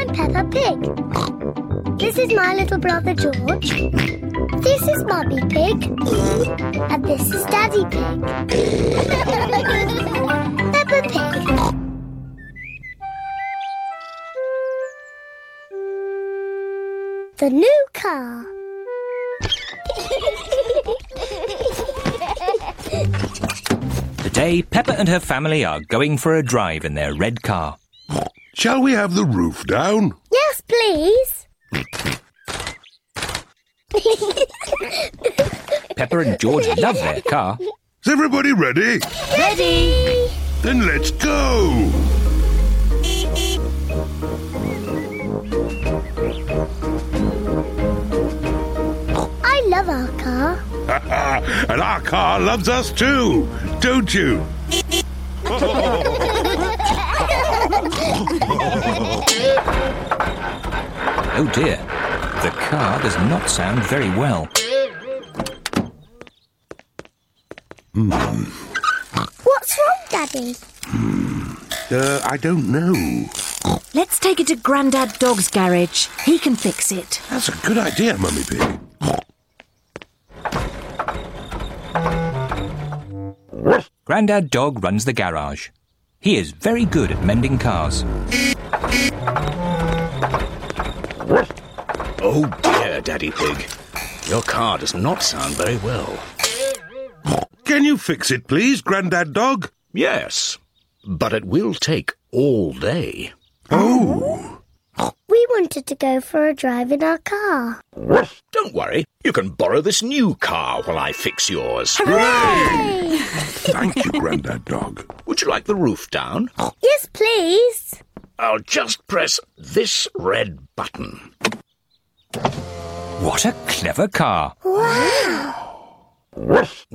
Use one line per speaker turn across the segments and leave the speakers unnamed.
Pig. This is my little brother George. This is Mummy Pig. And this is Daddy Pig. Peppa Pig. The new car.
Today, Peppa and her family are going for a drive in their red car.
Shall we have the roof down?
Yes, please.
Peppa and George love their car.
Is everybody ready?
Ready.
Then let's go!
I love our car.
Ah, and our car loves us too, don't you?
Oh dear, the car does not sound very well.
What's wrong, Daddy?
Uh, I don't know.
Let's take it to Grandad Dog's garage. He can fix it.
That's a good idea, Mummy Pig.
Grandad Dog runs the garage. He is very good at mending cars.
Oh dear, Daddy Pig. Your car does not sound very well.
Can you fix it, please, Grandad Dog?
Yes, but it will take all day.
Oh,
We wanted to go for a drive in our car.
Don't worry, you can borrow this new car while I fix yours.
thank you, Grandad Dog.
Would you like the roof down?
Yes, please.
I'll just press this red button.
What a clever car!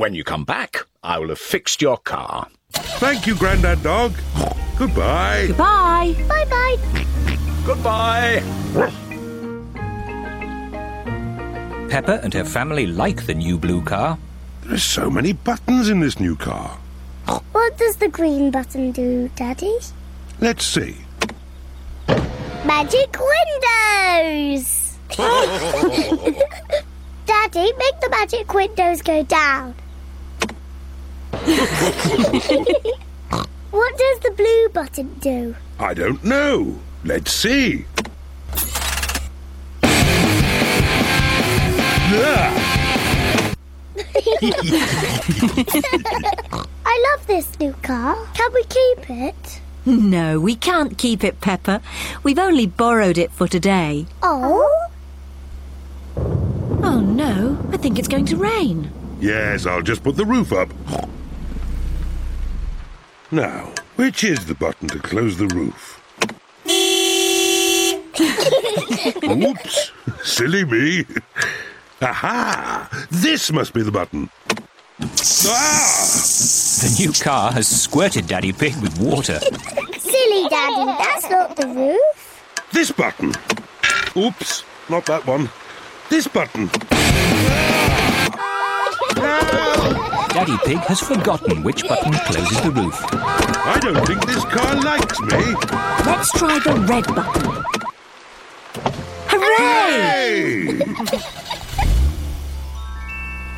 When you come back, I will have fixed your car.
Thank you, Grandad Dog. Goodbye.
Goodbye.
Bye bye.
Goodbye.
Peppa and her family like the new blue car.
There are so many buttons in this new car.
What does the green button do, Daddy?
Let's see.
Magic windows! Daddy, make the magic windows go down. what does the blue button do?
I don't know. Let's see. Ah,
I love this new car. Can we keep it?
No, we can't keep it, Pepper. We've only borrowed it for today.
Oh,
Oh no, I think it's going to rain.
Yes, I'll just put the roof up. Now, which is the button to close the roof? Oops, silly me. Aha! This must be the button. Ah!
The new car has squirted Daddy Pig with water.
silly Daddy, that's not the roof.
This button. Oops, not that one. This button.
Daddy Pig has forgotten which button closes the roof.
I don't think this car likes me.
Let's try the red button. Hooray!
Hey!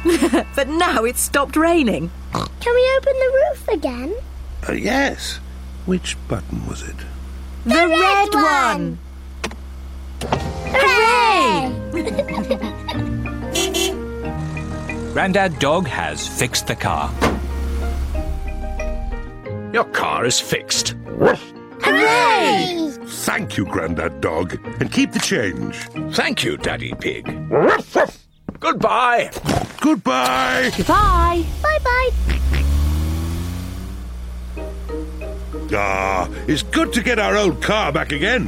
But now it's stopped raining.
Can we open the roof again?
Uh, yes. Which button was it?
The, red,
one. Hooray!
Grandad Dog has fixed the car.
Your car is fixed.
Hooray!
Thank you, Grandad Dog. And keep the change.
Thank you, Daddy Pig. Goodbye.
Goodbye.
Goodbye.
Bye bye.
Ah, it's good to get our old car back again.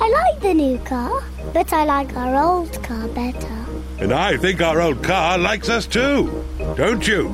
I like the new car, but I like our old car better.
And I think our old car likes us too. Don't you?